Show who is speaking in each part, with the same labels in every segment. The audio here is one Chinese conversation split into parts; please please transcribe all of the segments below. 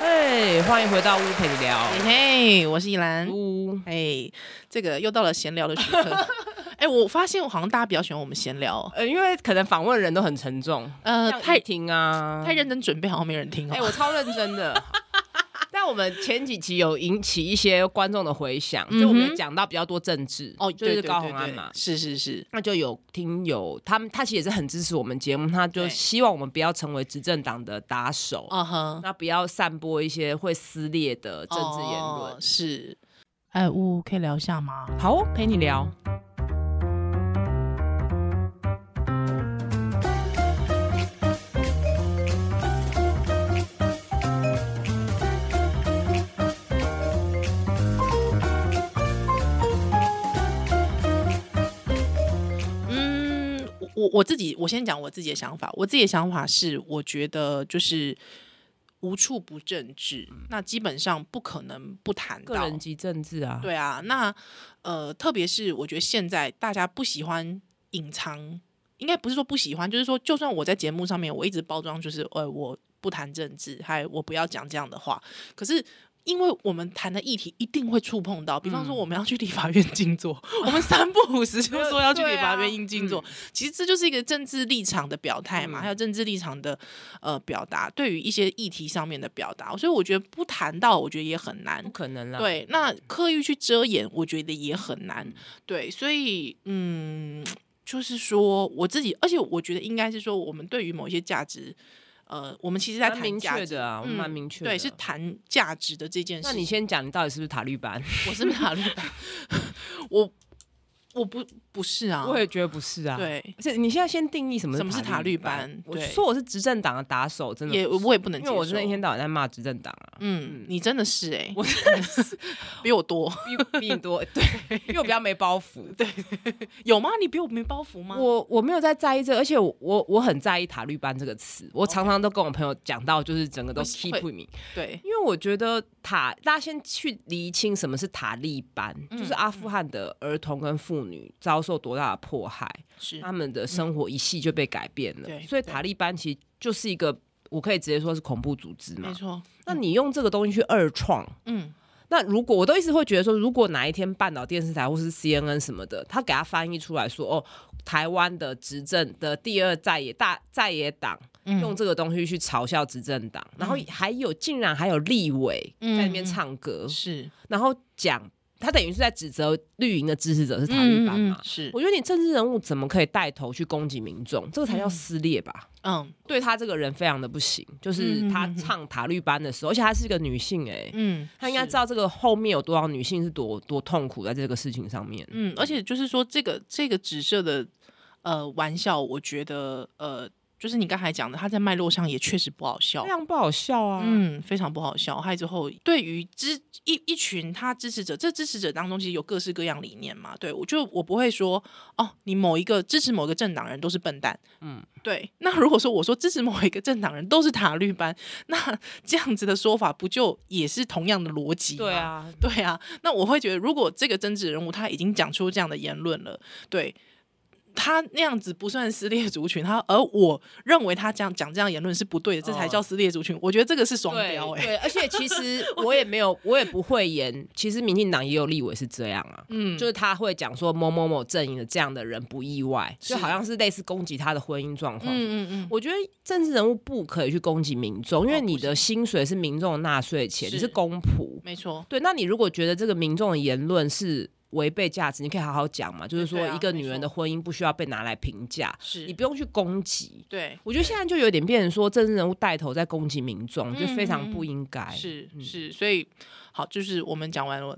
Speaker 1: 哎欢迎回到乌陪你聊。
Speaker 2: 嘿嘿，我是依兰。
Speaker 1: 乌，
Speaker 2: 哎，这个又到了闲聊的时 刻。哎，我发现我好像大家比较喜欢我们闲聊哦，
Speaker 1: 呃，因为可能访问人都很沉重，
Speaker 2: 呃，
Speaker 1: 像
Speaker 2: 太
Speaker 1: 怡婷啊，
Speaker 2: 太认真准备，好像没人听哦。
Speaker 1: 哎、我超认真 的。但我们前几集有引起一些观众的回响，就我
Speaker 2: 嗯
Speaker 1: 们有
Speaker 2: 哼
Speaker 1: 讲到比较多政治，
Speaker 2: 哦，
Speaker 1: 就
Speaker 2: 对
Speaker 1: 是
Speaker 2: 对
Speaker 1: 高
Speaker 2: 对
Speaker 1: 红安
Speaker 2: 对
Speaker 1: 嘛。
Speaker 2: 是是是，
Speaker 1: 那就有听友，他们他其实也是很支持我们节目，他就
Speaker 2: 对
Speaker 1: 希望我们不要成为执政党的打手，
Speaker 2: 啊哈，
Speaker 1: 那不要散播一些会撕裂的政治言论。
Speaker 2: 哦是。哎，呜，可以聊一下吗？
Speaker 1: 好、哦，陪你聊。
Speaker 2: 嗯，我我我自己，我先讲我自己的想法。我自己的想法是，我觉得就是无处不政治，那基本上不可能不谈
Speaker 1: 个
Speaker 2: 到
Speaker 1: 人。及政治啊，
Speaker 2: 对啊，那呃，特别是我觉得现在大家不喜欢隐藏，应该不是说不喜欢，就是说，就算我在节目上面我一直包装，就是呃，我不谈政治，还我不要讲这样的话，可是。因为我们谈的议题一定会触碰到，比方说我们要去立法院静坐，我们三不五时就说要去立法院静坐，其实这就是一个政治立场的表态嘛，还有政治立场的呃表达，对于一些议题上面的表达，所以我觉得不谈到，我觉得也很难
Speaker 1: 不。可能啦。，
Speaker 2: 对，那刻意去遮掩，我觉得也很难。对，所以嗯，就是说我自己，而且我觉得应该是说，我们对于某一些价值，呃，我们其实在
Speaker 1: 蛮
Speaker 2: 谈
Speaker 1: 明
Speaker 2: 价
Speaker 1: 确
Speaker 2: 值，
Speaker 1: 的啊，我们蛮
Speaker 2: 嗯
Speaker 1: 明确的。
Speaker 2: 对，是谈价值的这件事
Speaker 1: 那
Speaker 2: 情。
Speaker 1: 你先讲，你到底是不是塔利 班？
Speaker 2: 我是法律白， 我我不不是啊，
Speaker 1: 我也觉得不是啊。，
Speaker 2: 对，
Speaker 1: 而且你现在先定义什么
Speaker 2: 什么是塔利班
Speaker 1: 班我
Speaker 2: 对
Speaker 1: 说我是执政党的打手，真的
Speaker 2: 也
Speaker 1: 不是
Speaker 2: 我也不能
Speaker 1: 因
Speaker 2: 接
Speaker 1: 为
Speaker 2: 受。
Speaker 1: 我真的一天到晚在骂执政党啊，
Speaker 2: 嗯，你真的是 哎、
Speaker 1: 我
Speaker 2: 比 我多
Speaker 1: 比比你多对， 因为我比较没包袱。 对，
Speaker 2: 有吗？你比我没包袱吗？
Speaker 1: 我我没有在在意这个，而且我我我很在意塔利班这个词，我常常都跟我朋友讲到，就是整个都
Speaker 2: 会
Speaker 1: keep
Speaker 2: 会
Speaker 1: me，
Speaker 2: 对，
Speaker 1: 因为我觉得塔大家先去厘清什么是塔利班，就是阿富汗的儿童跟妇女遭受多大的迫害，
Speaker 2: 是
Speaker 1: 他们的生活一系就被改变了。
Speaker 2: 嗯对
Speaker 1: 所以
Speaker 2: 对
Speaker 1: 塔利班其实就是一个，我可以直接说是恐怖组织
Speaker 2: 没
Speaker 1: 嘛。
Speaker 2: 错，
Speaker 1: 那你用这个东西去二创，
Speaker 2: 嗯，
Speaker 1: 那如果我都一直会觉得说，如果哪一天半岛电视台或是 CNN 什么的，他给他翻译出来说，哦，台湾的执政的第二在野大在野党。
Speaker 2: 嗯
Speaker 1: 用这个东西去嘲笑执政党，然后还有竟然还有立委
Speaker 2: 嗯
Speaker 1: 在那边唱歌，
Speaker 2: 是
Speaker 1: 然后讲他等于是在指责绿营的支持者是塔利班嘛？
Speaker 2: 嗯是
Speaker 1: 我觉得你政治人物怎么可以带头去攻击民众？这个才叫撕裂吧？
Speaker 2: 嗯
Speaker 1: 对他这个人非常的不行，就是
Speaker 2: 嗯
Speaker 1: 他
Speaker 2: 嗯嗯
Speaker 1: 唱塔利班的时候，而且她是一个女性哎、
Speaker 2: 嗯，
Speaker 1: 她应该
Speaker 2: 是
Speaker 1: 知道这个后面有多少女性是多多痛苦在这个事情上面。
Speaker 2: 嗯，而且就是说，这个这个紫色的呃玩笑，我觉得呃，就是你刚才讲的，它在脉络上也确实不好笑
Speaker 1: 非。常不好笑啊！
Speaker 2: 嗯，非常不好笑。还有之后，对于支一一群他支持者，这支持者当中其实有各式各样理念嘛。对我就我不会说哦，你某一个支持某个政党人都是笨蛋。
Speaker 1: 嗯
Speaker 2: 嗯，对。那如果说我说支持某一个政党人都是塔绿班，那这样子的说法不就也是同样的逻辑？
Speaker 1: 对。啊，
Speaker 2: 对啊，那我会觉得，如果这个政治人物他已经讲出这样的言论了，对他那样子不算撕裂族群，他而我认为他这样讲这样言论是不对的，这才
Speaker 1: 哦
Speaker 2: 叫撕裂族群。我觉得这个是双
Speaker 1: 对
Speaker 2: 标哎、
Speaker 1: 对，而且其 实我也没有，我也不会言。其实民进党也有立委是这样啊，
Speaker 2: 嗯，
Speaker 1: 就是他会讲说某某某阵营的这样的人不意外，就好像是类似攻击他的婚姻状况。
Speaker 2: 嗯嗯
Speaker 1: 我觉得政治人物不可以去攻击民众，因为
Speaker 2: 哦不
Speaker 1: 你的薪水是民众的纳税钱，
Speaker 2: 是
Speaker 1: 你是公仆
Speaker 2: 嗯，。没错，
Speaker 1: 对，那你如果觉得这个民众的言论是违背价值，你可以好好讲嘛，就是说
Speaker 2: 对啊
Speaker 1: 一个
Speaker 2: 没
Speaker 1: 女人
Speaker 2: 错
Speaker 1: 的婚姻不需要被拿来评价，你
Speaker 2: 是
Speaker 1: 不用去攻击。
Speaker 2: 对，
Speaker 1: 我觉得现在就有点变成说政治人物带头在攻击民众，就非常不应该。
Speaker 2: 是是，所以好，就是我们讲完了，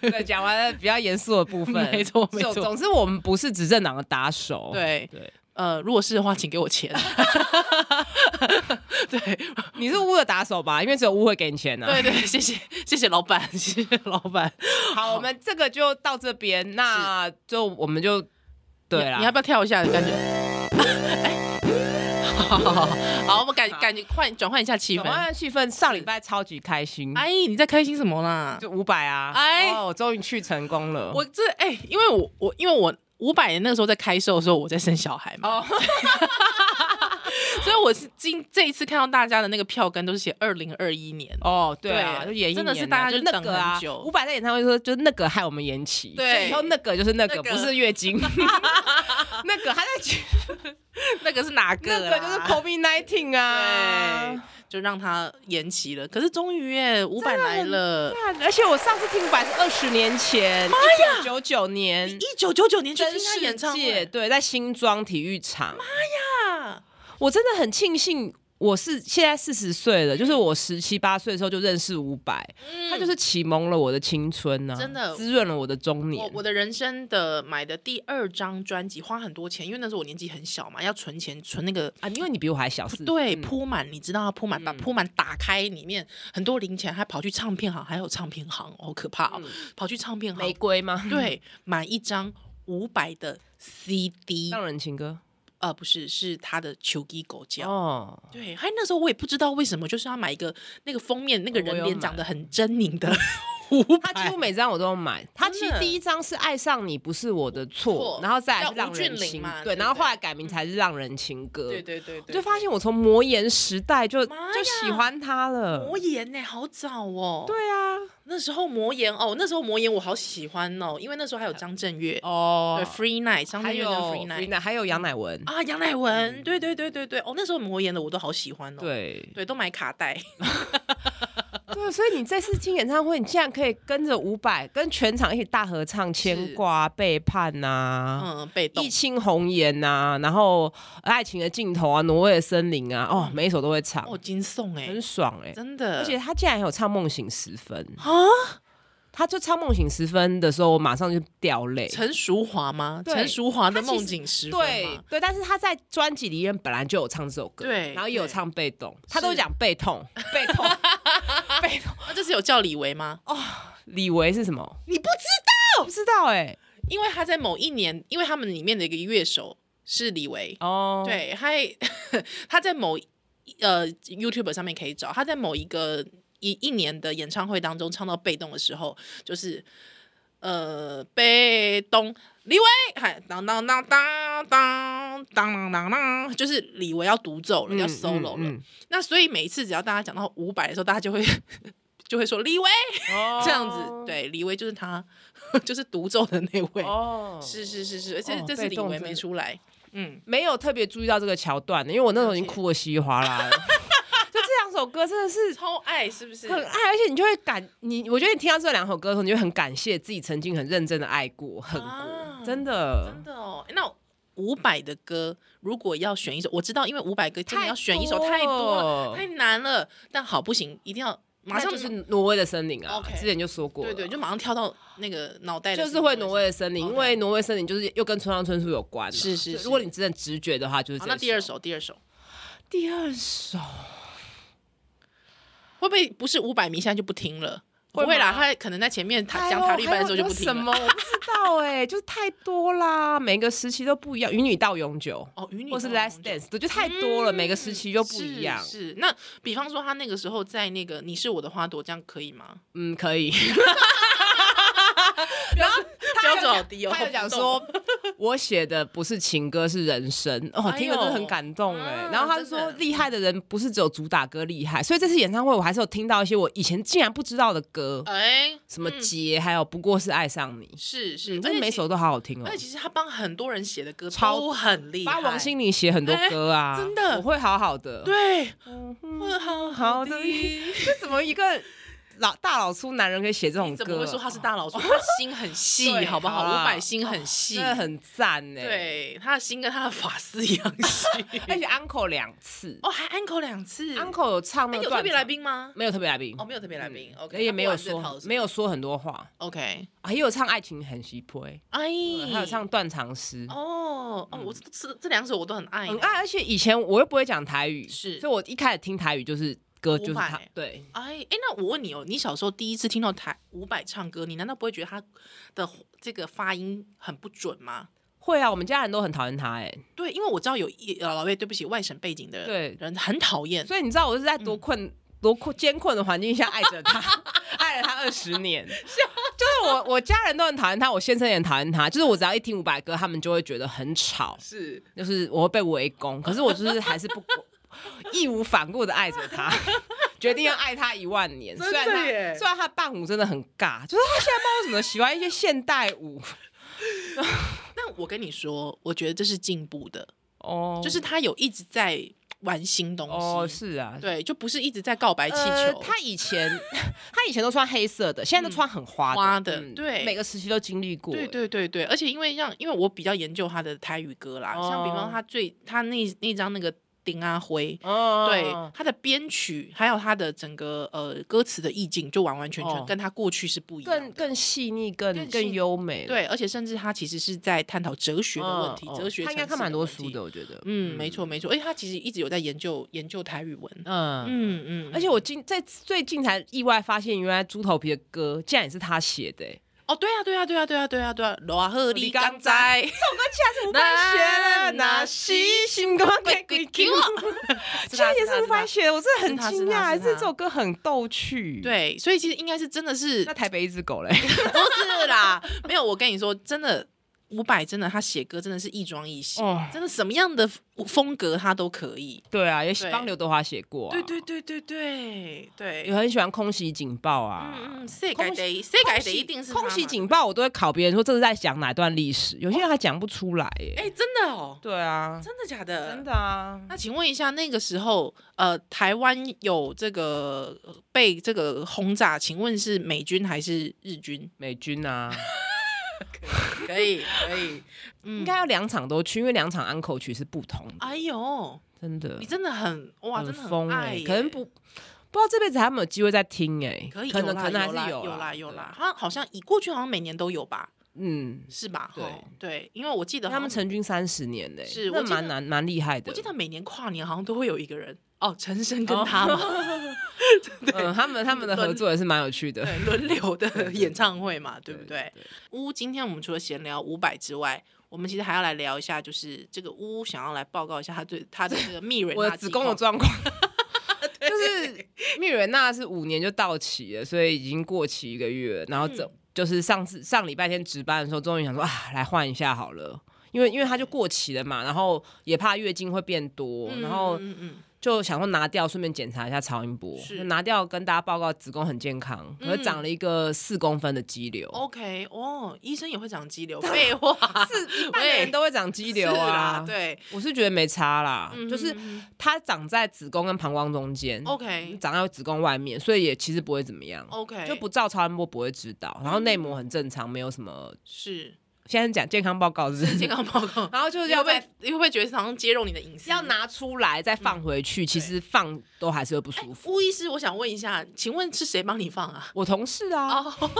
Speaker 1: 对，讲完了比较严肃的部 分，
Speaker 2: 没错没
Speaker 1: 总
Speaker 2: 错
Speaker 1: 总之，我们不是执政党的打手。
Speaker 2: 对。
Speaker 1: 对，
Speaker 2: 呃，如果是的话，请给 我钱。对
Speaker 1: 你是乌的打手吧？因为只有乌会给你钱呢、啊
Speaker 2: 对对，谢谢谢谢老板，谢谢老板。
Speaker 1: 好，我们这个就到这边，那就我们就对
Speaker 2: 你
Speaker 1: 啦。
Speaker 2: 你要不要跳一下？感觉， 哎， 好好好好，好，我们感
Speaker 1: 好
Speaker 2: 感觉换转换一下气
Speaker 1: 我们
Speaker 2: 氛。
Speaker 1: 的啊气氛上礼拜超级开心，
Speaker 2: 哎，你在开心什么啦？
Speaker 1: 就五百啊！
Speaker 2: 哎
Speaker 1: 哦，我终于去成功了。
Speaker 2: 我这哎，因为我哦我因为我五百年那个时候在开售的时候，我在生小孩嘛，
Speaker 1: 哦，
Speaker 2: 所以我是今这一次看到大家的那个票根都是写二零二一年，
Speaker 1: 哦，对啊，
Speaker 2: 对
Speaker 1: 就延一
Speaker 2: 真的是
Speaker 1: 年啊
Speaker 2: 大家
Speaker 1: 就
Speaker 2: 就
Speaker 1: 那
Speaker 2: 等
Speaker 1: 个
Speaker 2: 很
Speaker 1: 啊
Speaker 2: 久，
Speaker 1: 伍佰在演唱会说，就是那个害我们延期，
Speaker 2: 对
Speaker 1: 所以以后那个就是那个，
Speaker 2: 那个
Speaker 1: 不是月 经，那个他在举
Speaker 2: 那个是哪个
Speaker 1: 那个
Speaker 2: 啦？
Speaker 1: 就是 COVID nineteen
Speaker 2: 对
Speaker 1: 啊。，
Speaker 2: 就让它延期了。可是终于耶，五百来了，
Speaker 1: 看，而且我上次听伍佰是二十年前，一九九九年。
Speaker 2: 一九九九年去
Speaker 1: 真
Speaker 2: 听他
Speaker 1: 世
Speaker 2: 演唱
Speaker 1: 界
Speaker 2: 会
Speaker 1: 对，在新庄体育场，
Speaker 2: 啊！
Speaker 1: 我真的很庆幸，我是现在四十岁了，就是我十七八岁的时候就认识伍佰，他就是启蒙了我的青春呐、啊，
Speaker 2: 嗯真的
Speaker 1: 滋润了我的中年
Speaker 2: 我。我的人生的买的第二张专辑花很多钱，因为那时候我年纪很小嘛，要存钱存那个。
Speaker 1: 啊，因为你比我还小，是
Speaker 2: 对，
Speaker 1: 嗯
Speaker 2: 铺满，你知道啊，铺满把铺满打开，里面很多零钱，还跑去唱片行，还有唱片行，好可怕哦！跑去唱片
Speaker 1: 玫
Speaker 2: 行，
Speaker 1: 瑰吗？
Speaker 2: 对，买一张五百的 CD，
Speaker 1: 浪人情歌
Speaker 2: 呃，不是，是他的球衣狗叫。
Speaker 1: 哦，
Speaker 2: 对，还有那时候我也不知道为什么，就是要买一个那个封面那个
Speaker 1: 我有
Speaker 2: 人脸长
Speaker 1: 买
Speaker 2: 得很狰狞的五
Speaker 1: 他
Speaker 2: 百
Speaker 1: 几乎每张我都有买。他其
Speaker 2: 真
Speaker 1: 实
Speaker 2: 的
Speaker 1: 第一张是爱上你不是我的错
Speaker 2: 错，
Speaker 1: 然后再来是
Speaker 2: 叫
Speaker 1: 浪
Speaker 2: 吴俊
Speaker 1: 人
Speaker 2: 霖
Speaker 1: 情
Speaker 2: 嘛
Speaker 1: 对，
Speaker 2: 对
Speaker 1: 然后
Speaker 2: 不
Speaker 1: 后
Speaker 2: 对
Speaker 1: 来改名才是浪人情歌。
Speaker 2: 对对对
Speaker 1: 我
Speaker 2: 对，
Speaker 1: 就发现我从魔岩时代就
Speaker 2: 妈呀
Speaker 1: 就喜欢他了。
Speaker 2: 魔岩呢、好早哦。
Speaker 1: 对啊，
Speaker 2: 那时候魔岩哦，那时候魔岩我好喜欢哦，因为那时候还有张震岳，对
Speaker 1: 呃哦，
Speaker 2: ，Free Night，张
Speaker 1: 还
Speaker 2: 震岳
Speaker 1: 有
Speaker 2: 跟 Free Night
Speaker 1: 娜，还有杨乃文，
Speaker 2: 啊，杨乃文，对对对对对，哦，那时候魔岩的我都好喜欢哦，
Speaker 1: 对
Speaker 2: 对，都买卡带，
Speaker 1: 对，所以你这次听演唱会，你竟然可以跟着伍佰跟全场一起大合唱《牵
Speaker 2: 是
Speaker 1: 挂》《背叛》呐，
Speaker 2: 嗯，被动
Speaker 1: 《一，清红颜》呐，然后《爱情的尽头》啊，《挪威的森林》啊，哦，每一首都会唱，
Speaker 2: 哦，金颂哎
Speaker 1: 很，爽哎、
Speaker 2: 真的，
Speaker 1: 而且他竟然还有唱《梦醒时分》，
Speaker 2: 啊，
Speaker 1: 他就唱《梦醒时分》的时候，我马上就掉泪。
Speaker 2: 陈淑华吗？
Speaker 1: 对
Speaker 2: 陈淑华
Speaker 1: 她
Speaker 2: 的
Speaker 1: 其实
Speaker 2: 梦境时分
Speaker 1: 对
Speaker 2: 吗？
Speaker 1: 对，但是他在专辑里面本来就有唱这首歌，
Speaker 2: 对
Speaker 1: 然后也有
Speaker 2: 对
Speaker 1: 唱被动，他都
Speaker 2: 是
Speaker 1: 讲被痛，被 痛，被痛。
Speaker 2: 那这是有叫李维吗？
Speaker 1: 哦李维是什么？
Speaker 2: 你不知
Speaker 1: 我不知道哎、
Speaker 2: 因为他在某一年，因为他们里面的一个乐手是李维，
Speaker 1: 哦，，
Speaker 2: 对，他 他在某一呃 YouTube 上面可以找，他在某一个一一年的演唱会当中唱到被动的时候，就是呃被动李维，嗨当当当当当当当当当，就是李维要独奏了，要 solo 了。
Speaker 1: 嗯
Speaker 2: 那所以每一次只要大家讲到五百的时候，大家就会 就会说李维
Speaker 1: 哦
Speaker 2: 这样子，，对，李维就是他， 就是独奏的那位。
Speaker 1: 哦，
Speaker 2: 是是是是，而且
Speaker 1: 哦
Speaker 2: 这
Speaker 1: 被
Speaker 2: 次李
Speaker 1: 动
Speaker 2: 维
Speaker 1: 真
Speaker 2: 没
Speaker 1: 的
Speaker 2: 出来。嗯，
Speaker 1: 没有特别注意到这个桥段，因为我那时候已经
Speaker 2: 了解
Speaker 1: 哭的稀里哗啦了。 就这两首歌真的是
Speaker 2: 超爱是不是？
Speaker 1: 很爱，而且你就会感你，我觉得你听到这两首歌的时候，你就会很感谢自己曾经很认真的爱过、恨过，
Speaker 2: 啊
Speaker 1: 真的
Speaker 2: 真。的哦。诶那伍佰的歌如果要选一首，我知道，因为伍佰歌真的
Speaker 1: 太
Speaker 2: 要选一首
Speaker 1: 多
Speaker 2: 太多
Speaker 1: 了
Speaker 2: 了，太难了。但好不行，一定要马上
Speaker 1: 那就是挪威的森林啊
Speaker 2: OK
Speaker 1: 之前就说过了
Speaker 2: 对对，就马上跳到那个脑袋的
Speaker 1: 就
Speaker 2: 什么位
Speaker 1: 是会
Speaker 2: 置，
Speaker 1: 挪威的森林，
Speaker 2: OK
Speaker 1: 因为挪威森林就是又跟村上春树有关嘛。
Speaker 2: 是是
Speaker 1: 所以
Speaker 2: 是
Speaker 1: 如果你真的直觉的话，就是
Speaker 2: 好。
Speaker 1: 这
Speaker 2: 那第二，首，第二首
Speaker 1: 第二首
Speaker 2: 会不会不是伍佰迷，现在就不听了？
Speaker 1: 会
Speaker 2: 不会啦，
Speaker 1: 吗
Speaker 2: 他可能在前面他
Speaker 1: 哎
Speaker 2: 讲
Speaker 1: 呦
Speaker 2: 塔利班的时候就
Speaker 1: 还有
Speaker 2: 不
Speaker 1: 有
Speaker 2: 听
Speaker 1: 什
Speaker 2: 了。
Speaker 1: 么我不知道哎、 就是太多啦，每个时期都不一样，与你到永久。
Speaker 2: 哦，与你
Speaker 1: 或是
Speaker 2: 同
Speaker 1: Last
Speaker 2: 工
Speaker 1: Dance 的就太多了，每个时期又不
Speaker 2: 是
Speaker 1: 一样。
Speaker 2: 嗯是那比方说他那个时候在那个你是我的花朵，这样可以吗？
Speaker 1: 嗯，可 以。然后他
Speaker 2: 标
Speaker 1: 有
Speaker 2: 准好
Speaker 1: 讲
Speaker 2: 低哦，
Speaker 1: 他有讲说，我写的不是情歌，是人生。哦，
Speaker 2: 哎呦
Speaker 1: 听了真的很感动哎
Speaker 2: 啊。
Speaker 1: 然后他就
Speaker 2: 真
Speaker 1: 说，
Speaker 2: 的
Speaker 1: 厉害的人不是只有主打歌厉害，所以这次演唱会我还是有听到一些我以前竟然不知道的歌，
Speaker 2: 哎，
Speaker 1: 什么结，还有不过是爱上你，
Speaker 2: 是是，
Speaker 1: 嗯，
Speaker 2: 而且
Speaker 1: 这每
Speaker 2: 其
Speaker 1: 首都好好听哦
Speaker 2: 而。且其实他帮很多人写的歌
Speaker 1: 超
Speaker 2: 都很厉害，
Speaker 1: 帮王心凌写很多歌啊，
Speaker 2: 哎真的
Speaker 1: 我会好好的。
Speaker 2: 对，
Speaker 1: 嗯，
Speaker 2: 我好
Speaker 1: 好
Speaker 2: 好
Speaker 1: 的
Speaker 2: 的，
Speaker 1: 这怎么一个老大老粗男人可以写这种歌啊？
Speaker 2: 怎么会说他是大佬？说他 心很细，
Speaker 1: 对
Speaker 2: 好不好？
Speaker 1: 好啦
Speaker 2: 伍佰心很细
Speaker 1: 真，的很赞呢。，
Speaker 2: 对，他的心跟他的发丝 一样细。
Speaker 1: 而且 uncle 两次
Speaker 2: 哦，还 uncle 两次
Speaker 1: 哎，uncle 有唱
Speaker 2: 哎
Speaker 1: 那个
Speaker 2: 有特别
Speaker 1: 段子
Speaker 2: 来，宾吗？
Speaker 1: 没有特别来宾嗯
Speaker 2: 哦，，没有特别来宾，OK，
Speaker 1: 也没有说没
Speaker 2: 有
Speaker 1: 有说很多话，
Speaker 2: ，OK，
Speaker 1: 啊也有唱爱情很稀薄，哎
Speaker 2: 哎，
Speaker 1: 还有唱断肠诗。
Speaker 2: 哦哦，我这这这两首我都很爱，
Speaker 1: 很爱，而且以前我又不会讲台语，
Speaker 2: 是
Speaker 1: 所以我一开始听台语就是歌就是
Speaker 2: 伍佰
Speaker 1: 他
Speaker 2: 欸，
Speaker 1: 对，
Speaker 2: 哎哎，那我问你哦，你小时候第一次听到台伍佰唱歌，你难道不会觉得他的这个发音很不准吗？
Speaker 1: 会啊，我们家人都很讨厌他，哎，
Speaker 2: 对，因为我知道有一呃老魏，对不起，外省背景的
Speaker 1: 对
Speaker 2: 人很讨厌。
Speaker 1: 所以你知道我是在
Speaker 2: 嗯
Speaker 1: 多困、多困艰困的环境下爱 着他，爱了他二十年。就是我我家人都很讨厌他，我先生也很讨厌他。就是我只要一听伍佰歌，他们就会觉得很吵，
Speaker 2: 是
Speaker 1: 就是我会被围攻。可是我就是还是不 义无反顾的爱着他， 决定要爱他一万年。
Speaker 2: 真
Speaker 1: 虽
Speaker 2: 的
Speaker 1: 然他
Speaker 2: 耶
Speaker 1: 虽然他伴舞真的很尬，就是他现在不知道为什么喜欢一些现代舞
Speaker 2: 但我跟你说，我觉得这是进步的，
Speaker 1: 哦，
Speaker 2: 就是他有一直在玩新东西，
Speaker 1: 哦是啊，
Speaker 2: 对，就不是一直在告白气球。
Speaker 1: 呃他以前他以前都穿黑色的，现在都穿很花的，嗯
Speaker 2: 嗯花的对
Speaker 1: 每个时期都经历过。
Speaker 2: 对对对对，而且因为像因为我比较研究他的台语歌啦，像比
Speaker 1: 哦
Speaker 2: 方他最他那那张那个丁阿辉。
Speaker 1: 哦，
Speaker 2: 对他的编曲，还有他的整个呃歌词的意境，就完完全
Speaker 1: 哦
Speaker 2: 全跟他过去是不一样的。
Speaker 1: 更更细腻，更
Speaker 2: 更
Speaker 1: 更
Speaker 2: 细
Speaker 1: 优美。
Speaker 2: 对，而且甚至他其实是在探讨哲学
Speaker 1: 嗯，
Speaker 2: 的问题，
Speaker 1: 嗯
Speaker 2: 哲学。
Speaker 1: 他应该看蛮多书的，。我觉得。
Speaker 2: 嗯，没错没错，而且他其实一直有在研究研究台语文。
Speaker 1: 嗯，
Speaker 2: 嗯嗯，
Speaker 1: 而且我今在最近才意外发现，原来猪头皮的歌竟然也是他写的、欸，
Speaker 2: 哦，对啊对啊对啊对啊对啊对啊，罗赫利
Speaker 1: 你刚
Speaker 2: 刚在。
Speaker 1: 这首歌竟然是吴凡写的，哪西心肝给鬼 Q，
Speaker 2: 是
Speaker 1: 竟
Speaker 2: 他
Speaker 1: 然也是吴凡写的，我真的很
Speaker 2: 是他
Speaker 1: 惊
Speaker 2: 是他
Speaker 1: 讶，
Speaker 2: 是
Speaker 1: 这
Speaker 2: 他
Speaker 1: 首歌很逗趣。，
Speaker 2: 对，所以其实应该是真的是
Speaker 1: 那台北一只狗嘞，
Speaker 2: 不是啦，没有，我跟你说，真的，伍佰真的他写歌真的是亦庄亦谐，
Speaker 1: 哦
Speaker 2: 真的什么样的风格他都可以。
Speaker 1: 对啊，也
Speaker 2: 对
Speaker 1: 帮刘德华写过、啊，
Speaker 2: 对对对对对
Speaker 1: 也
Speaker 2: 对，
Speaker 1: 很喜欢空袭警报啊。
Speaker 2: 嗯嗯，世
Speaker 1: 空
Speaker 2: 界第一，世界第一定是他
Speaker 1: 空袭
Speaker 2: 嘛。
Speaker 1: 警报，我都会考别人说这是在讲哪段历史，有些人还讲不出来耶、
Speaker 2: 哎，真的哦，
Speaker 1: 对啊，
Speaker 2: 真的假的？
Speaker 1: 真的。啊，
Speaker 2: 那请问一下，那个时候，呃，台湾有这个呃被这个轰炸，请问是美军还是日军？
Speaker 1: 美军啊，
Speaker 2: 可以，可以，
Speaker 1: 应
Speaker 2: 嗯，
Speaker 1: 该要两场都去，因为两场安口曲是不同的，
Speaker 2: 哎呦，
Speaker 1: 真的
Speaker 2: 你，真的很哇，真的
Speaker 1: 疯
Speaker 2: 很
Speaker 1: 哎、
Speaker 2: 爱耶，
Speaker 1: 可能不不知道这辈子还有没有机会再听哎、
Speaker 2: 可以，
Speaker 1: 可能
Speaker 2: 有啦
Speaker 1: 可能还
Speaker 2: 有啦
Speaker 1: 是
Speaker 2: 有
Speaker 1: 啦
Speaker 2: 啦有啦，，好像好像以过去好像每年都有吧，
Speaker 1: 对嗯，
Speaker 2: 是吧？
Speaker 1: 对
Speaker 2: 吼对，因为我记得
Speaker 1: 他们
Speaker 2: 好像
Speaker 1: 成军三十年嘞、
Speaker 2: 啊是
Speaker 1: 那
Speaker 2: 我记得
Speaker 1: 蛮难蛮厉害的，
Speaker 2: 我记得每年跨年好像都会有一个人哦，陈升跟他嘛，
Speaker 1: 嗯，他们他们的合作也是蛮有趣的，
Speaker 2: 对，轮流的演唱会嘛，对不对？
Speaker 1: 对？
Speaker 2: 乌，今天我们除了闲聊五百之外。我们其实还要来聊一下，就是这个乌想要来报告一下他对他的这个密蕊
Speaker 1: 我
Speaker 2: 纳
Speaker 1: 的
Speaker 2: 计
Speaker 1: 子宫的
Speaker 2: 划
Speaker 1: 状况。 就是蜜蕊娜是五年就到期了，所以已经过期一个月了。然后这、
Speaker 2: 嗯
Speaker 1: 就是上次上礼拜天值班的时候，终于想说啊，来换一下好了，因为因为它就过期了嘛，然后也怕月经会变多，
Speaker 2: 嗯
Speaker 1: 然后
Speaker 2: 嗯嗯
Speaker 1: 就想说拿掉，顺便检查一下超音波。
Speaker 2: 是
Speaker 1: 就拿掉跟大家报告子宫很健康，
Speaker 2: 嗯
Speaker 1: 可是长了一个四公分的肌瘤。
Speaker 2: ，OK，哦，医生也会长 肌瘤，废话，
Speaker 1: 是，一般的人都会长肌瘤
Speaker 2: 是
Speaker 1: 啊
Speaker 2: 啦。，对，
Speaker 1: 我是觉得没差啦，
Speaker 2: 嗯哦
Speaker 1: 就是
Speaker 2: 嗯嗯
Speaker 1: 它长在子宫跟膀胱中间。
Speaker 2: OK
Speaker 1: 长在子宫外面，所以也其实不会怎么样
Speaker 2: OK，
Speaker 1: 嗯
Speaker 2: 嗯
Speaker 1: 就不照超音波不会知道。然后内膜很正常，没有什么。
Speaker 2: 是
Speaker 1: 现在讲健康报告是不是，
Speaker 2: 健康报告，
Speaker 1: 然后就是
Speaker 2: 你会
Speaker 1: 要
Speaker 2: 不会
Speaker 1: 被
Speaker 2: 你会不会觉得好像揭露你的隐私？
Speaker 1: 要拿出来再
Speaker 2: 嗯
Speaker 1: 放回去，其实放都还是会不舒服。
Speaker 2: 傅医师，我想问一下，请问是谁帮你放啊？
Speaker 1: 我同事啊，
Speaker 2: 哦。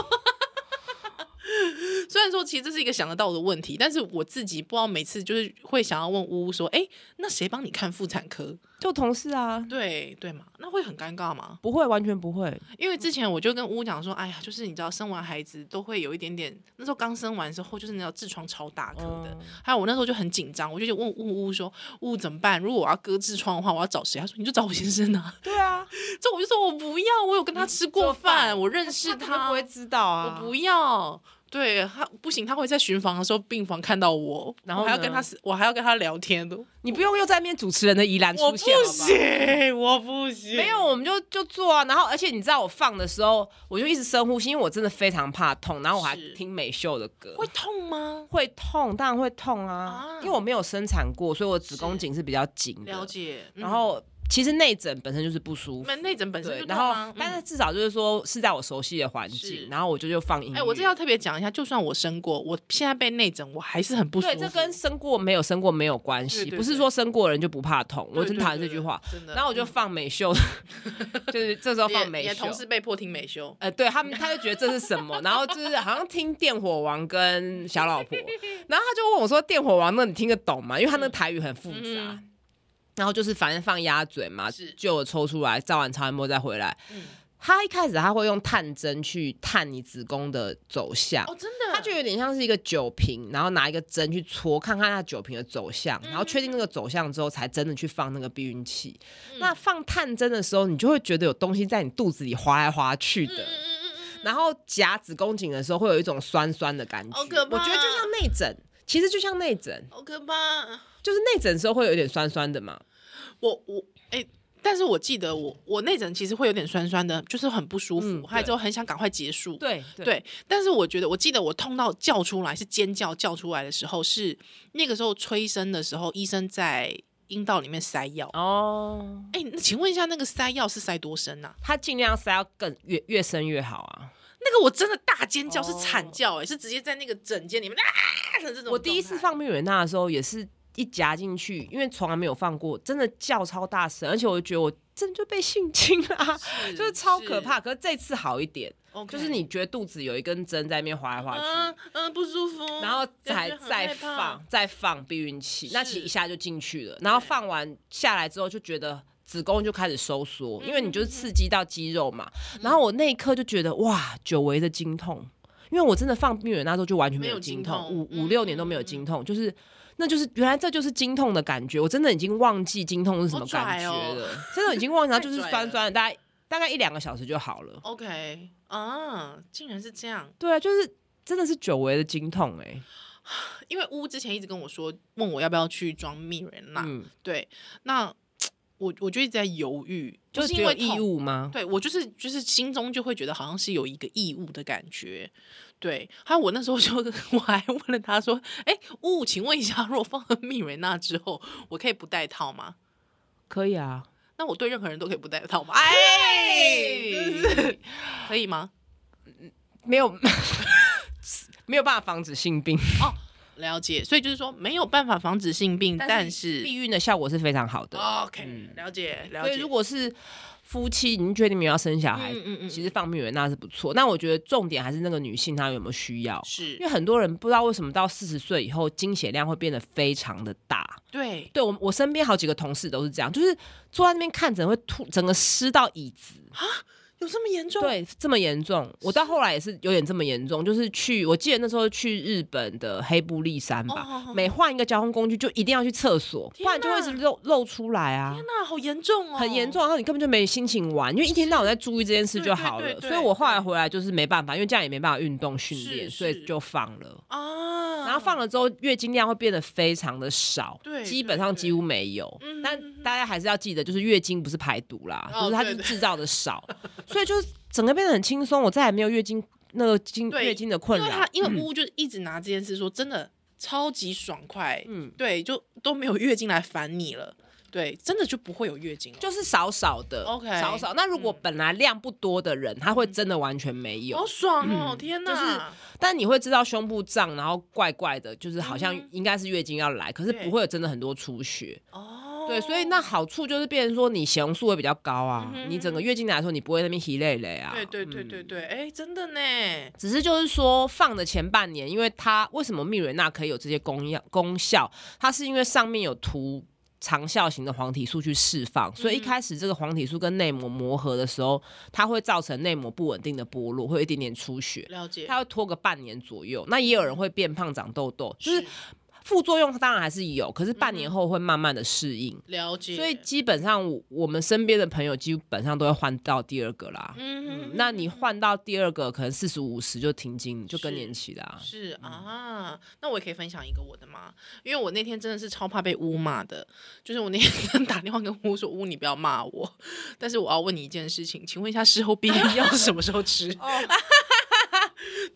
Speaker 2: 虽然说其实这是一个想得到的问题，但是我自己不知道每次就是会想要问呜呜说，哎、那谁帮你看妇产科？
Speaker 1: 就同事啊，
Speaker 2: 对对嘛，那会很尴尬吗？
Speaker 1: 不会，完全不会。
Speaker 2: 因为之前我就跟呜呜讲说，哎呀，就是你知道生完孩子都会有一点点，那时候刚生完之后就是那种痔疮超大颗的，
Speaker 1: 嗯
Speaker 2: 还有我那时候就很紧张，我就问呜呜说，呜呜怎么办？如果我要割痔疮的话，我要找谁？他说你就找我先生啊。
Speaker 1: 对 啊，
Speaker 2: 这我就说我不要，我有跟他吃过
Speaker 1: 做饭
Speaker 2: 嗯饭，我认识
Speaker 1: 根本不会知道啊。
Speaker 2: 我不要。对他不行，他会在巡房的时候病房看到我，
Speaker 1: 然后
Speaker 2: 我还要
Speaker 1: 呢
Speaker 2: 跟他死，我还要跟他聊天的，
Speaker 1: 你不用又在面主持人的宜兰出
Speaker 2: 我不
Speaker 1: 现，好不好
Speaker 2: 行，我不行，
Speaker 1: 没有，我们就就做啊。然后，而且你知道我放的时候，我就一直深呼吸，因为我真的非常怕痛。然后我还
Speaker 2: 是
Speaker 1: 听美秀的歌，
Speaker 2: 会痛吗？
Speaker 1: 会痛，当然会痛啊，
Speaker 2: 啊
Speaker 1: 因为我没有生产过，所以我子宫颈是比较紧
Speaker 2: 了
Speaker 1: 的。
Speaker 2: 解，嗯
Speaker 1: 然后，其实内诊本身就是不舒服。
Speaker 2: 门内诊本身
Speaker 1: 对
Speaker 2: 就，痛
Speaker 1: 然
Speaker 2: 啊
Speaker 1: 后
Speaker 2: 嗯
Speaker 1: 但是至少就是说是在我熟悉的环境
Speaker 2: 是，
Speaker 1: 然后我就就放音乐。
Speaker 2: 哎，我这要特别讲一下，就算我生过，我现在被内诊，我还是很不舒服。
Speaker 1: 对，这跟生过没有生过没有关系，
Speaker 2: 对对
Speaker 1: 不是
Speaker 2: 对
Speaker 1: 说生过的人就不怕痛。我真讨厌这句话。，嗯
Speaker 2: 对对对对真的。
Speaker 1: 然后我就放美秀， 就是这时候
Speaker 2: 嗯
Speaker 1: 放
Speaker 2: 你的
Speaker 1: 美
Speaker 2: 你的
Speaker 1: 秀
Speaker 2: 同。事被迫听美修，
Speaker 1: 呃，对他们，他就觉得这是什么，然后就是好像听电火王跟小老 婆，然后他就问我说：“电火王，那你听得懂吗？因为他那个台语很复杂。
Speaker 2: 嗯
Speaker 1: 然后就是反正放鸭嘴嘛
Speaker 2: 是，
Speaker 1: 就我抽出来，照完超音波再回来。
Speaker 2: 嗯
Speaker 1: 他一开始他会用探针去探你子宫的走向，
Speaker 2: 哦，真的，
Speaker 1: 它就有点像是一个酒瓶，然后拿一个针去戳，看看它酒瓶的走向，然后确
Speaker 2: 嗯
Speaker 1: 定那个走向之后，才真的去放那个避孕器。那放探针的时候，你就会觉得有东西在你肚子里滑来滑去的。
Speaker 2: 嗯嗯嗯嗯
Speaker 1: 然后夹子宫颈的时候，会有一种酸酸的感觉，
Speaker 2: 好可怕
Speaker 1: 我觉得就像内诊，其实就像内诊，
Speaker 2: 好可怕。啊
Speaker 1: 就是内诊的时候会有一点酸酸的嘛。
Speaker 2: 我我但是我记得我我那阵其实会有点酸酸的，就是很不舒
Speaker 1: 嗯
Speaker 2: 服，还有之后很想赶快结束。
Speaker 1: 对对，
Speaker 2: 对，但是我觉得，我记得我痛到叫出来是尖叫叫出来的时候，是那个时候催生的时候，医生在阴道里面塞药。
Speaker 1: 哦，
Speaker 2: 哎、那请问一下，那个塞药是塞多深呐、啊
Speaker 1: 他尽量塞要更越越深越好啊。
Speaker 2: 那个我真的大尖叫，
Speaker 1: 哦
Speaker 2: 是惨叫、哎，是直接在那个枕间里面啊的这种状态。
Speaker 1: 我第一次放避孕那的时候，也是一夹进去，因为从来没有放过，真的叫超大声，而且我就觉得我真的就被性侵啦、
Speaker 2: 是
Speaker 1: 就是超可怕。，可是这次好一点，
Speaker 2: o k
Speaker 1: 就是你觉得肚子有一根针在那边划来划去。
Speaker 2: 嗯嗯不舒服，
Speaker 1: 然后
Speaker 2: 感
Speaker 1: 才
Speaker 2: 觉很
Speaker 1: 再
Speaker 2: 害怕
Speaker 1: 放，再放避孕器，那其实一下就进去了。然后放完下来之后，就觉得子宫就开始收缩，因为你
Speaker 2: 嗯
Speaker 1: 就是刺激到肌肉嘛。然后我那一刻就觉得哇，久违的经痛，因为我真的放避孕那时候就完全没有经痛，
Speaker 2: 没有
Speaker 1: 五
Speaker 2: 经痛
Speaker 1: 五
Speaker 2: 嗯
Speaker 1: 六年都没有经痛，就是。那就是原来这就是经痛的感觉，我真的已经忘记经痛是什么感觉
Speaker 2: 好拽哦
Speaker 1: 了，真的已经忘记，它就是
Speaker 2: 太拽
Speaker 1: 酸
Speaker 2: 了
Speaker 1: 酸的，大概大概一两个小时就好了。
Speaker 2: OK 啊，竟然是这样。
Speaker 1: 对啊，就是真的是久违的经痛哎、
Speaker 2: 因为乌之前一直跟我说，问我要不要去装蜜人蜡、
Speaker 1: 嗯，
Speaker 2: 对，那我我就一直在犹豫，
Speaker 1: 就是是
Speaker 2: 因
Speaker 1: 有
Speaker 2: 为
Speaker 1: 义
Speaker 2: 痛。
Speaker 1: 务吗？
Speaker 2: 对我就是就是心中就会觉得好像是有一个义务的感觉，对。还有我那时候就 我还问了他说，哎，乌，请问一下，如果放了蜜蕊娜之后，我可以不戴套吗？
Speaker 1: 可以啊，
Speaker 2: 那我对任何人都可以不戴套吗？哎，真是可以吗？
Speaker 1: 没有 没有办法防止性病，
Speaker 2: 了解，所以就是说没有办法防止性病，但是
Speaker 1: 避孕的效果是非常好的。
Speaker 2: OK，了解
Speaker 1: 嗯
Speaker 2: 了
Speaker 1: 所
Speaker 2: 解。
Speaker 1: 以如果是夫妻已经决定没有要生小孩，
Speaker 2: 嗯嗯嗯，
Speaker 1: 其实放避孕那是不错。那我觉得重点还是那个女性她有没有需要。
Speaker 2: 是
Speaker 1: 因为很多人不知道为什么到四十岁以后经血量会变得非常的大，
Speaker 2: 对，
Speaker 1: 对我我身边好几个同事都是这样，就是坐在那边看诊会吐，整个湿到椅子，
Speaker 2: 有这么严重？
Speaker 1: 对，这么严重。我到后来也是有点这么严重，就是去，我记得那时候去日本的黑布利山吧，
Speaker 2: 哦
Speaker 1: 每换一个交通工具就一定要去厕所，不
Speaker 2: 天
Speaker 1: 然就会一直漏漏出来啊。
Speaker 2: 那好严重哦，
Speaker 1: 很严重，然后你根本就没心情玩，因为一天到晚在注意这件事就好了。
Speaker 2: 对对对对
Speaker 1: 所以我后来回来就是没办法，因为这样也没办法运动训练，
Speaker 2: 是
Speaker 1: 所以
Speaker 2: 是
Speaker 1: 就放了。
Speaker 2: 啊。
Speaker 1: 然后放了之后，月经量会变得非常的少，
Speaker 2: 对
Speaker 1: 基本上
Speaker 2: 对对嗯
Speaker 1: 几乎没有。但大家还是要记得，就是月经不是排毒啦，
Speaker 2: 哦
Speaker 1: 就是它就
Speaker 2: 对
Speaker 1: 是
Speaker 2: 对
Speaker 1: 制造的 少，所以就是整个变得很轻松。我再也没有月经那个经
Speaker 2: 对
Speaker 1: 月经的困
Speaker 2: 因为
Speaker 1: 扰嗯
Speaker 2: 他。因为乌就一直拿这件事说，真的超级爽快，
Speaker 1: 嗯
Speaker 2: 嗯，对，就都没有月经来烦你了，对，真的就不会有月经了。
Speaker 1: 就是少少的
Speaker 2: OK
Speaker 1: 少少。那如果本来量不多的人，他会真的完全没有，嗯
Speaker 2: 好爽哦！天哪，
Speaker 1: 但你会知道胸部胀，然后怪怪的，就是好像
Speaker 2: 嗯哼
Speaker 1: 应该是月经要来，可是
Speaker 2: 对
Speaker 1: 不会有真的很多出血。
Speaker 2: 哦，
Speaker 1: 对，所以那好处就是变成说你血红素会比较高啊，
Speaker 2: 嗯哼
Speaker 1: 你整个月经来的时候你不会那边疲累累啊。
Speaker 2: 对对对
Speaker 1: 嗯
Speaker 2: 对对，哎，真的呢，
Speaker 1: 只是就是说，放的前半年，因为它为什么蜜蕊娜可以有这些功效功效，它是因为上面有涂长效型的黄体素去释放，所以一开始这个黄体素跟内膜磨合的时候，它会造成内膜不稳定的剥落，会有一点点出血，
Speaker 2: 了解，
Speaker 1: 它会拖个半年左右。那也有人会变胖长痘痘，就是
Speaker 2: 是
Speaker 1: 副作用当然还是有，可是半年后会慢慢的适应。
Speaker 2: 了解，
Speaker 1: 所以基本上我我们身边的朋友基本上都会换到第二个啦。
Speaker 2: 嗯
Speaker 1: 嗯，那你换到第更个，可能四十五十就停经，就更
Speaker 2: 是
Speaker 1: 年期啦、
Speaker 2: 是啊，那我也可以分享一个我的嘛，因为我那天真的是超怕被污骂的，就是我那天 打电话跟污说污你不要骂我，但是我要问你一件事情，请问一下事后避孕药什么时候吃？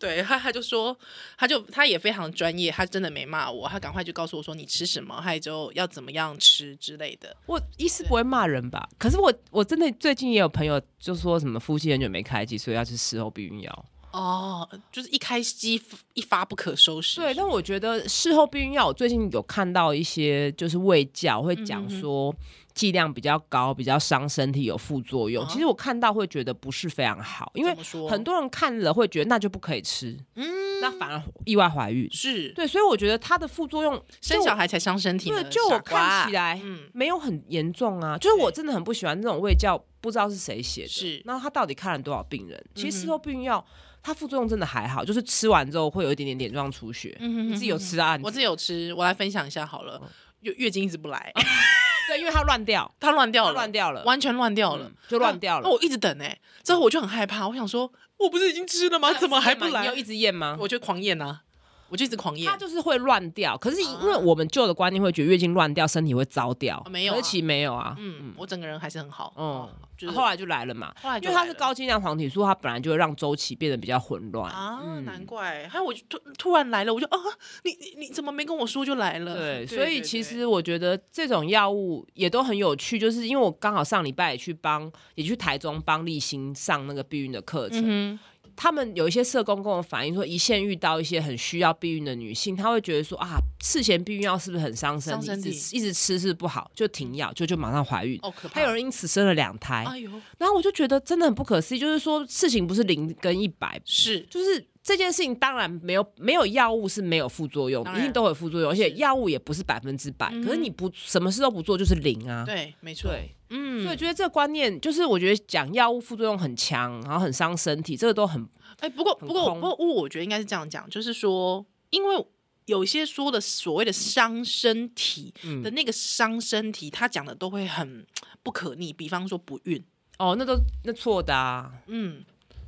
Speaker 2: 对，他他就说，他就他也非常专业，他真的没骂我，他赶快就告诉我说你吃什么，还有之后要怎么样吃之类的。
Speaker 1: 我一时不会骂人吧？可是我我真的最近也有朋友就说什么夫妻很久没开机，所以要吃事后避孕药。
Speaker 2: 哦，就是一开机一发不可收拾。
Speaker 1: 对，但我觉得事后避孕药，我最近有看到一些就是卫教会
Speaker 2: 嗯
Speaker 1: 讲
Speaker 2: 哼哼
Speaker 1: 说剂量比较高，比较伤身体，有副作用。
Speaker 2: 啊
Speaker 1: 其实我看到会觉得不是非常好，因为
Speaker 2: 怎么说
Speaker 1: 很多人看了会觉得那就不可以吃，
Speaker 2: 嗯
Speaker 1: 那反而意外怀孕。
Speaker 2: 是
Speaker 1: 对，所以我觉得它的副作用
Speaker 2: 生
Speaker 1: 就
Speaker 2: 小孩才伤身体呢，
Speaker 1: 对，就我
Speaker 2: 傻瓜
Speaker 1: 看起来
Speaker 2: 嗯，
Speaker 1: 没有很严重啊，就是我真的很不喜欢这种卫教，不知道是谁写的，
Speaker 2: 是
Speaker 1: 然后他到底看了多少病人？其实
Speaker 2: 嗯
Speaker 1: 事
Speaker 2: 哼
Speaker 1: 后避孕药它副作用真的还好，就是吃完之后会有一点点点状出血，
Speaker 2: 嗯哼
Speaker 1: 你自己有
Speaker 2: 哼哼
Speaker 1: 吃啊？你
Speaker 2: 我自己有吃，我来分享一下好了。月月经一直不来，
Speaker 1: 对，因为它乱掉，
Speaker 2: 它乱掉
Speaker 1: 它
Speaker 2: 了，
Speaker 1: 乱掉了，
Speaker 2: 完全乱掉了
Speaker 1: 嗯，就乱掉
Speaker 2: 那
Speaker 1: 了。
Speaker 2: 我一直等哎，之啊后我就很害怕，我想说，我不是已经吃了吗？怎么还不
Speaker 1: 你
Speaker 2: 来
Speaker 1: 有？一直验吗？
Speaker 2: 我就狂验啊，啊我就一直狂咽
Speaker 1: 它。就是会乱掉。可是因为我们旧的观念会觉得月经乱掉，身体会糟掉，
Speaker 2: 哦没有啊
Speaker 1: 而且没有啊，
Speaker 2: 嗯，我整个人还是很好。
Speaker 1: 嗯
Speaker 2: 哦，就是
Speaker 1: 后来就来了嘛。
Speaker 2: 后来
Speaker 1: 因
Speaker 2: 就
Speaker 1: 为它
Speaker 2: 来
Speaker 1: 是
Speaker 2: 了
Speaker 1: 高剂量黄体素，它本来就会让周期变得比较混乱。
Speaker 2: 啊，难怪。还有我就突突然来了，我就啊，你你你怎么没跟我说就来了？
Speaker 1: 对，所以
Speaker 2: 对
Speaker 1: 其
Speaker 2: 对
Speaker 1: 实我觉得这种药物也都很有趣，就是因为我刚好上礼拜也去帮，也去台中帮立新上那个避孕的课程，
Speaker 2: 嗯
Speaker 1: 他们有一些社工跟我反映说，一线遇到一些很需要避孕的女性，她会觉得说啊，事前避孕药是不是很伤身体？
Speaker 2: 伤身体
Speaker 1: 一直吃一直吃是不好，就停药，就就马上怀孕。
Speaker 2: 哼，哦，可怕。
Speaker 1: 还有人因此生了两胎，
Speaker 2: 哎呦，
Speaker 1: 然后我就觉得真的很不可思议，就是说事情不是零跟一百，
Speaker 2: 是
Speaker 1: 就是这件事情当然没有没有药物是没有副作用的，
Speaker 2: 当
Speaker 1: 一
Speaker 2: 然
Speaker 1: 定都有副作用，而且
Speaker 2: 是
Speaker 1: 药物也不是百分之百。
Speaker 2: 嗯哼
Speaker 1: 可是你不什么事都不做就是零啊。
Speaker 2: 对，没错。
Speaker 1: 对，
Speaker 2: 嗯，
Speaker 1: 所以我觉得这个观念就是，我觉得讲药物副作用很强，然后很伤身体，这个都很
Speaker 2: 哎，不过
Speaker 1: 很
Speaker 2: 不过
Speaker 1: 空
Speaker 2: 不过，我觉得应该是这样讲，就是说，因为有一些说的所谓的伤身体
Speaker 1: 嗯
Speaker 2: 的那个伤身体，他讲的都会很不可逆，比方说不孕，
Speaker 1: 哦，那都那错的啊。
Speaker 2: 嗯。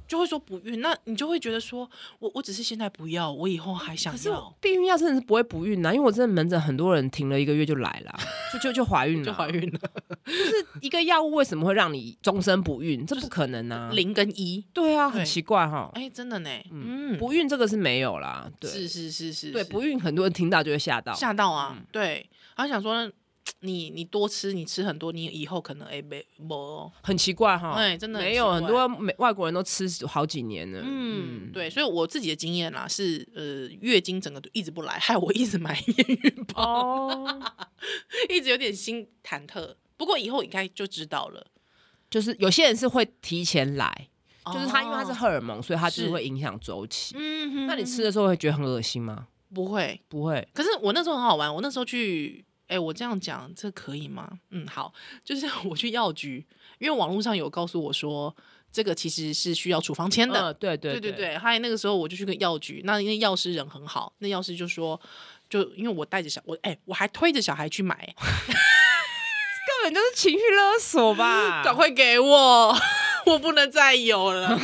Speaker 2: 就会说不孕，那你就会觉得说，我我只是现在不要，我以后还想
Speaker 1: 可是
Speaker 2: 要，
Speaker 1: 避孕药真的是不会不孕啊，因为我真的门诊很多人停了一个月就来 了啊，就就就怀孕了，啊
Speaker 2: 就怀。孕了，
Speaker 1: 一个药物为什么会让你终身不孕？这不可能啊。
Speaker 2: 零跟一，
Speaker 1: 对啊，很
Speaker 2: 对
Speaker 1: 奇怪哈。
Speaker 2: 哎，真的呢，嗯，
Speaker 1: 不孕这个是没有啦，对
Speaker 2: 是是是是，
Speaker 1: 对，
Speaker 2: 是
Speaker 1: 不孕嗯很多人听到就会吓到。
Speaker 2: 吓到啊，对，然后想说你你多吃，你吃很多，你以后可能哎没没哦，
Speaker 1: 很奇怪哈，
Speaker 2: 哎真的很
Speaker 1: 没有
Speaker 2: 奇
Speaker 1: 很
Speaker 2: 怪
Speaker 1: 多美外国人都吃好几年了，嗯，
Speaker 2: 嗯，对，所以我自己的经验啦是，呃，月经整个都一直不来，害我一直买验孕棒，
Speaker 1: 哦，
Speaker 2: 一直有点心忐忑。不过以后应该就知道了，
Speaker 1: 就是有些人是会提前来，就是他因为他是
Speaker 2: 哦，
Speaker 1: 荷尔蒙，所以他就是
Speaker 2: 是
Speaker 1: 会影响周期。
Speaker 2: 嗯哼
Speaker 1: 那你吃的时候会觉得很恶心吗？
Speaker 2: 不会？
Speaker 1: 不会，
Speaker 2: 可是我那时候很好玩，我那时候去，哎，我这样讲这可以吗？嗯，好，就是 我去药局，因为网络上有告诉我说，这个其实是需要处方签的，
Speaker 1: 嗯，对对
Speaker 2: 哦对
Speaker 1: 对
Speaker 2: 对，对，还有那个时候我就去个药局，那那药师人很好，那药师就说，就因为我带着小我哎、我还推着小孩去买，。
Speaker 1: 根本就是情绪勒索吧
Speaker 2: 赶快给我，我不能再 有了，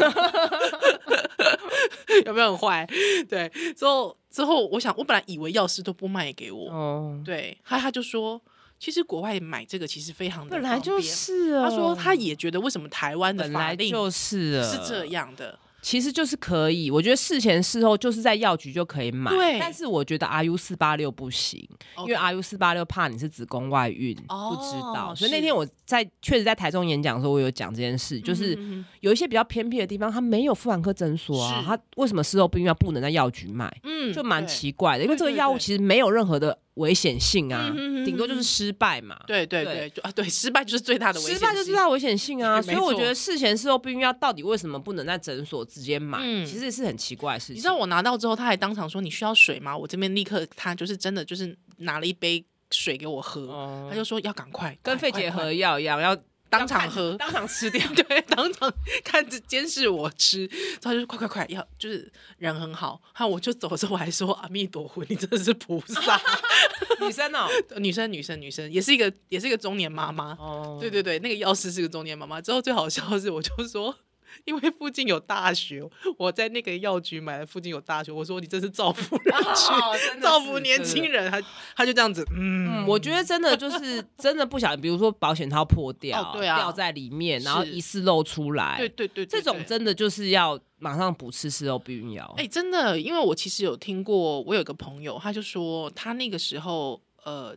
Speaker 2: 有没有很坏？对，之后之后我想，我本来以为药师都不卖给 我，
Speaker 1: 哦，
Speaker 2: 对，他他就说，其实国外买这个其实非常的
Speaker 1: 本来
Speaker 2: 方
Speaker 1: 就
Speaker 2: 便。
Speaker 1: 是啊，
Speaker 2: 他说，他也觉得为什么台湾的
Speaker 1: 本
Speaker 2: 法
Speaker 1: 来
Speaker 2: 令
Speaker 1: 就是
Speaker 2: 是
Speaker 1: 了
Speaker 2: 这，样的，
Speaker 1: 其实就是可以。我觉得事前事后就是在药局就可以买，
Speaker 2: 对
Speaker 1: 但是我觉得 RU 四八六不行。因为
Speaker 2: OK，
Speaker 1: RU 四八六怕你是子宫外孕，
Speaker 2: 哦
Speaker 1: 不知道，所以
Speaker 2: 是
Speaker 1: 那天我在确实在台中演讲的时候，我有讲这件事，就是
Speaker 2: 嗯哼
Speaker 1: 有一些比较偏僻的地方，它没有妇产科诊所啊，
Speaker 2: 是
Speaker 1: 它为什么事后避孕药不能在药局卖，
Speaker 2: 嗯
Speaker 1: 就蛮
Speaker 2: 对
Speaker 1: 奇怪的，因为这个
Speaker 2: 对对
Speaker 1: 药物
Speaker 2: 对
Speaker 1: 其实没有任何的危险性啊
Speaker 2: 嗯哼嗯哼，
Speaker 1: 顶多就是失败嘛。
Speaker 2: 对对对，就啊对，失败就是最大的危险
Speaker 1: 失
Speaker 2: 性。
Speaker 1: 败就知道危险性啊，所
Speaker 2: 没
Speaker 1: 以我
Speaker 2: 错
Speaker 1: 觉得事前事后避孕药到底为什么不能在诊所直接买，
Speaker 2: 嗯
Speaker 1: 其实是很奇怪的事情。
Speaker 2: 你知道我拿到之后，他还当场说你需要水吗？我这边立刻他就是真的就是拿了一杯水给我喝，
Speaker 1: 哦
Speaker 2: 他就说要赶快
Speaker 1: 跟
Speaker 2: 快
Speaker 1: 肺结
Speaker 2: 快
Speaker 1: 核
Speaker 2: 快
Speaker 1: 药一样， 要
Speaker 2: 当
Speaker 1: 要
Speaker 2: 场
Speaker 1: 看
Speaker 2: 喝，。
Speaker 1: 当场吃掉
Speaker 2: 对，当场看着监视我吃，他就说快快快要就是人很好，然后我就走的时候我还说阿弥陀佛，你真的是菩 萨，
Speaker 1: 女生哦，
Speaker 2: 女生女生女生也是一个也是一个中年妈妈，
Speaker 1: 哦
Speaker 2: 对对对，那个药师是个中年妈妈。之后最好笑的是，我就说，因为附近有大学，我在那个药局买的附近有大学，我说你真是造福人群，
Speaker 1: 哦 真的是
Speaker 2: 造福年轻人。他他就这样子，嗯，
Speaker 1: 嗯，我觉得真的就是 真的不小心，比如说保险套破掉，
Speaker 2: 哦对啊
Speaker 1: 掉在里面，然后
Speaker 2: 是
Speaker 1: 疑似漏出来，
Speaker 2: 对对对对
Speaker 1: 这种
Speaker 2: 对
Speaker 1: 真的就是要马上补吃事后避孕药。
Speaker 2: 哎、真的，因为我其实有听过，我有一个朋友，他就说他那个时候，呃，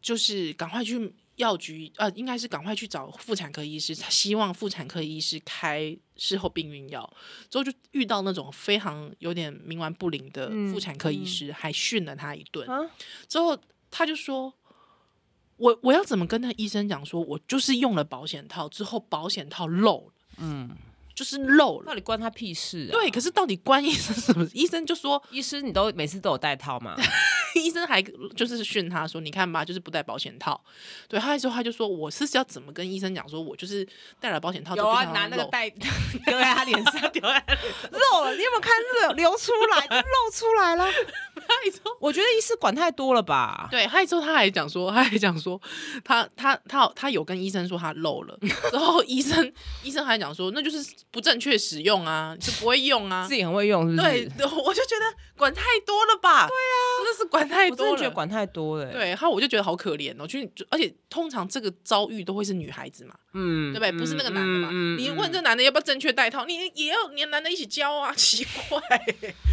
Speaker 2: 就是赶快去药局，呃，应该是赶快去找妇产科医师，他希望妇产科医师开事后避孕药，之后就遇到那种非常有点冥顽不灵的
Speaker 1: 嗯
Speaker 2: 妇产科医
Speaker 1: 嗯
Speaker 2: 师，还训了他一顿，
Speaker 1: 啊，
Speaker 2: 之后他就说。我我要怎么跟他医生讲说，我就是用了保险套之后，保险套漏了，
Speaker 1: 嗯，
Speaker 2: 就是漏了。
Speaker 1: 到底关他屁事啊？
Speaker 2: 对，，可是到底关医生什么事？医生就说
Speaker 1: 医师你都每次都有戴套嘛？
Speaker 2: 医生还就是训他说：“你看吧，就是不戴保险套。”对，他那时候他就说：“我是要怎么跟医生讲？说我就是戴了保险套，
Speaker 1: 有
Speaker 2: 都不
Speaker 1: 啊，
Speaker 2: 想
Speaker 1: 拿那个
Speaker 2: 漏
Speaker 1: 戴丢在他脸上，
Speaker 2: 丢在那里
Speaker 1: 漏了，你有没有看流流出来，露出来 了？
Speaker 2: 他之后，
Speaker 1: 我觉得医师管太多了吧？
Speaker 2: 对，他之后他还讲说，他还讲说，他他他他有跟医生说他漏了，然后医生医生还讲说，那就是不正确使用啊，就不会用啊
Speaker 1: 自。己很会用，是不
Speaker 2: 对
Speaker 1: 是？，
Speaker 2: 我就觉得管太多了吧？对啊，真的是管太
Speaker 1: 我
Speaker 2: 多
Speaker 1: 哎真
Speaker 2: 了。
Speaker 1: 的觉得管太多了、欸。，
Speaker 2: 对，然后我就觉得好可怜哦，去，而且通常这个遭遇都会是女孩子嘛，
Speaker 1: 嗯，
Speaker 2: 对不对？不是那个男的嘛，
Speaker 1: 嗯嗯
Speaker 2: 你问这男的要不要正确戴套，你也要连男的一起教啊， 奇怪，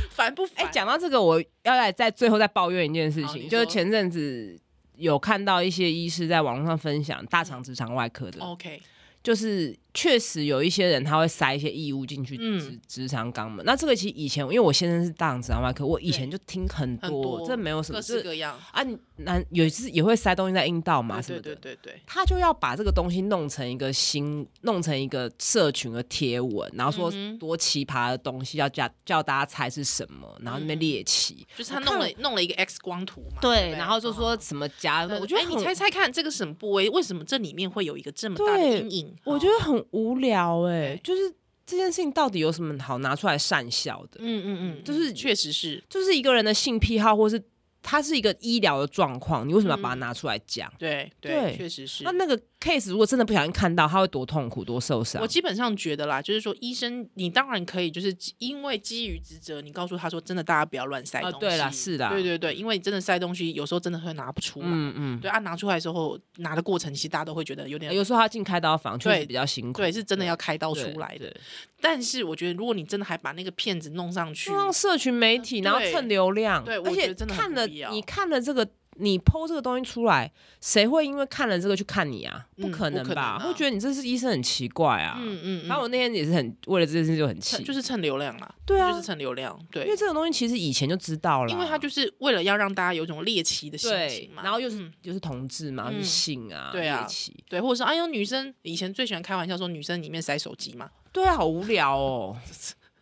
Speaker 2: 烦不
Speaker 1: 哎、
Speaker 2: 烦？
Speaker 1: 讲到这个，我要来在最后再抱怨一件事
Speaker 2: 好
Speaker 1: 情，
Speaker 2: 你
Speaker 1: 就是
Speaker 2: 说
Speaker 1: 前阵子有看到一些医师在网络上分享大肠直肠外科的，
Speaker 2: OK，
Speaker 1: 就是确实有一些人他会塞一些异物进去
Speaker 2: 嗯
Speaker 1: 直直肠肛门。那这个其实以前，因为我先生是大肠直肠外科，我以前就听很
Speaker 2: 很
Speaker 1: 多，
Speaker 2: 多
Speaker 1: 这没有什么，
Speaker 2: 各
Speaker 1: 就
Speaker 2: 式
Speaker 1: 是
Speaker 2: 各样，
Speaker 1: 啊，你男有是也会塞东西在阴道嘛
Speaker 2: 对
Speaker 1: 什么
Speaker 2: 对
Speaker 1: 的。
Speaker 2: 对对对，
Speaker 1: 他就要把这个东西弄成一个新，弄成一个社群的贴文，然后说
Speaker 2: 嗯哼
Speaker 1: 多奇葩的东西，要叫叫大家猜是什么，然后
Speaker 2: 嗯
Speaker 1: 那边猎奇，
Speaker 2: 就是他
Speaker 1: 我看
Speaker 2: 弄了弄了一个 X 光图嘛，不
Speaker 1: 对，然后就说
Speaker 2: 嗯
Speaker 1: 什么夹，
Speaker 2: 对
Speaker 1: 我觉得
Speaker 2: 哎
Speaker 1: 很
Speaker 2: 你猜猜看，这个什么部位？为什么这里面会有一个这么大的
Speaker 1: 对
Speaker 2: 阴影？
Speaker 1: 我
Speaker 2: 哦
Speaker 1: 觉，得很无聊哎、
Speaker 2: 对
Speaker 1: 就是这件事情到底有什么好拿出来善笑的？
Speaker 2: 嗯嗯嗯，
Speaker 1: 就是
Speaker 2: 确实是，
Speaker 1: 就是一个人的性癖好，或是它是一个医疗的状况，你为什么要把它
Speaker 2: 嗯
Speaker 1: 拿出来讲？
Speaker 2: 对
Speaker 1: 对
Speaker 2: 确实是
Speaker 1: 那。那个 case 如果真的不小心看到，他会多痛苦、多受伤
Speaker 2: 我？基本上觉得啦，就是说，医生你当然可以，就是因为基于职责，你告诉他说，真的大家不要乱塞
Speaker 1: 啊
Speaker 2: 东西。
Speaker 1: 对啦是啦
Speaker 2: 对对对，因为你真的塞东西，有时候真的会拿不出来。
Speaker 1: 嗯嗯，
Speaker 2: 对啊，拿出来之后，拿的过程其实大家都会觉得有点，
Speaker 1: 有时候他进开刀房确实
Speaker 2: 对
Speaker 1: 比较辛苦，
Speaker 2: 对，是真的
Speaker 1: 对
Speaker 2: 要开刀
Speaker 1: 哎对
Speaker 2: 出来的。
Speaker 1: 对
Speaker 2: 但是我觉得，如果你真的还把那个片子弄上去
Speaker 1: 就，让社群媒体，
Speaker 2: 嗯
Speaker 1: 然后
Speaker 2: 对
Speaker 1: 蹭流量，
Speaker 2: 对我
Speaker 1: 而
Speaker 2: 觉
Speaker 1: 且
Speaker 2: 得真的很
Speaker 1: 看了
Speaker 2: 不必要
Speaker 1: 你看了这个。你剖这个东西出来，谁会因为看了这个去看你啊？
Speaker 2: 嗯
Speaker 1: 可能
Speaker 2: 不可能
Speaker 1: 吧？
Speaker 2: 啊
Speaker 1: 会觉得你这是医生很奇怪啊。
Speaker 2: 嗯嗯，嗯
Speaker 1: 然后我那天也是很为了这件事就很气，
Speaker 2: 就是蹭流量啦，
Speaker 1: 对啊
Speaker 2: 就是蹭流量，对
Speaker 1: 因为，这个东西其实以前就知道了，啊
Speaker 2: 因为他就是为了要让大家有一种猎奇的心
Speaker 1: 对
Speaker 2: 情，嘛，
Speaker 1: 然后又是、
Speaker 2: 嗯
Speaker 1: 就是同志嘛，就
Speaker 2: 嗯
Speaker 1: 是性啊，
Speaker 2: 对啊
Speaker 1: 猎奇
Speaker 2: 对，或者是哎呦，女生以前最喜欢开玩笑说女生里面塞手机嘛，
Speaker 1: 对啊，好无聊哦。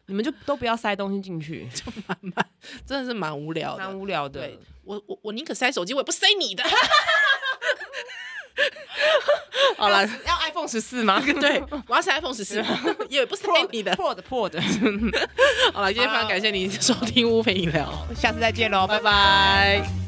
Speaker 1: 你们就都不要塞东西进去，
Speaker 2: 真的是蛮无聊
Speaker 1: 蛮
Speaker 2: 的。
Speaker 1: 无聊的
Speaker 2: 对。我我我宁可塞手机，我也不塞你的。好了，
Speaker 1: 要 iPhone 十四吗？
Speaker 2: 对，我要塞 iPhone 十四，也不塞
Speaker 1: Pro
Speaker 2: 你 的。
Speaker 1: 破的破的，
Speaker 2: 好了，今天非常感谢你收听乌菲饮料，
Speaker 1: 下次再见喽，拜拜。
Speaker 2: 拜。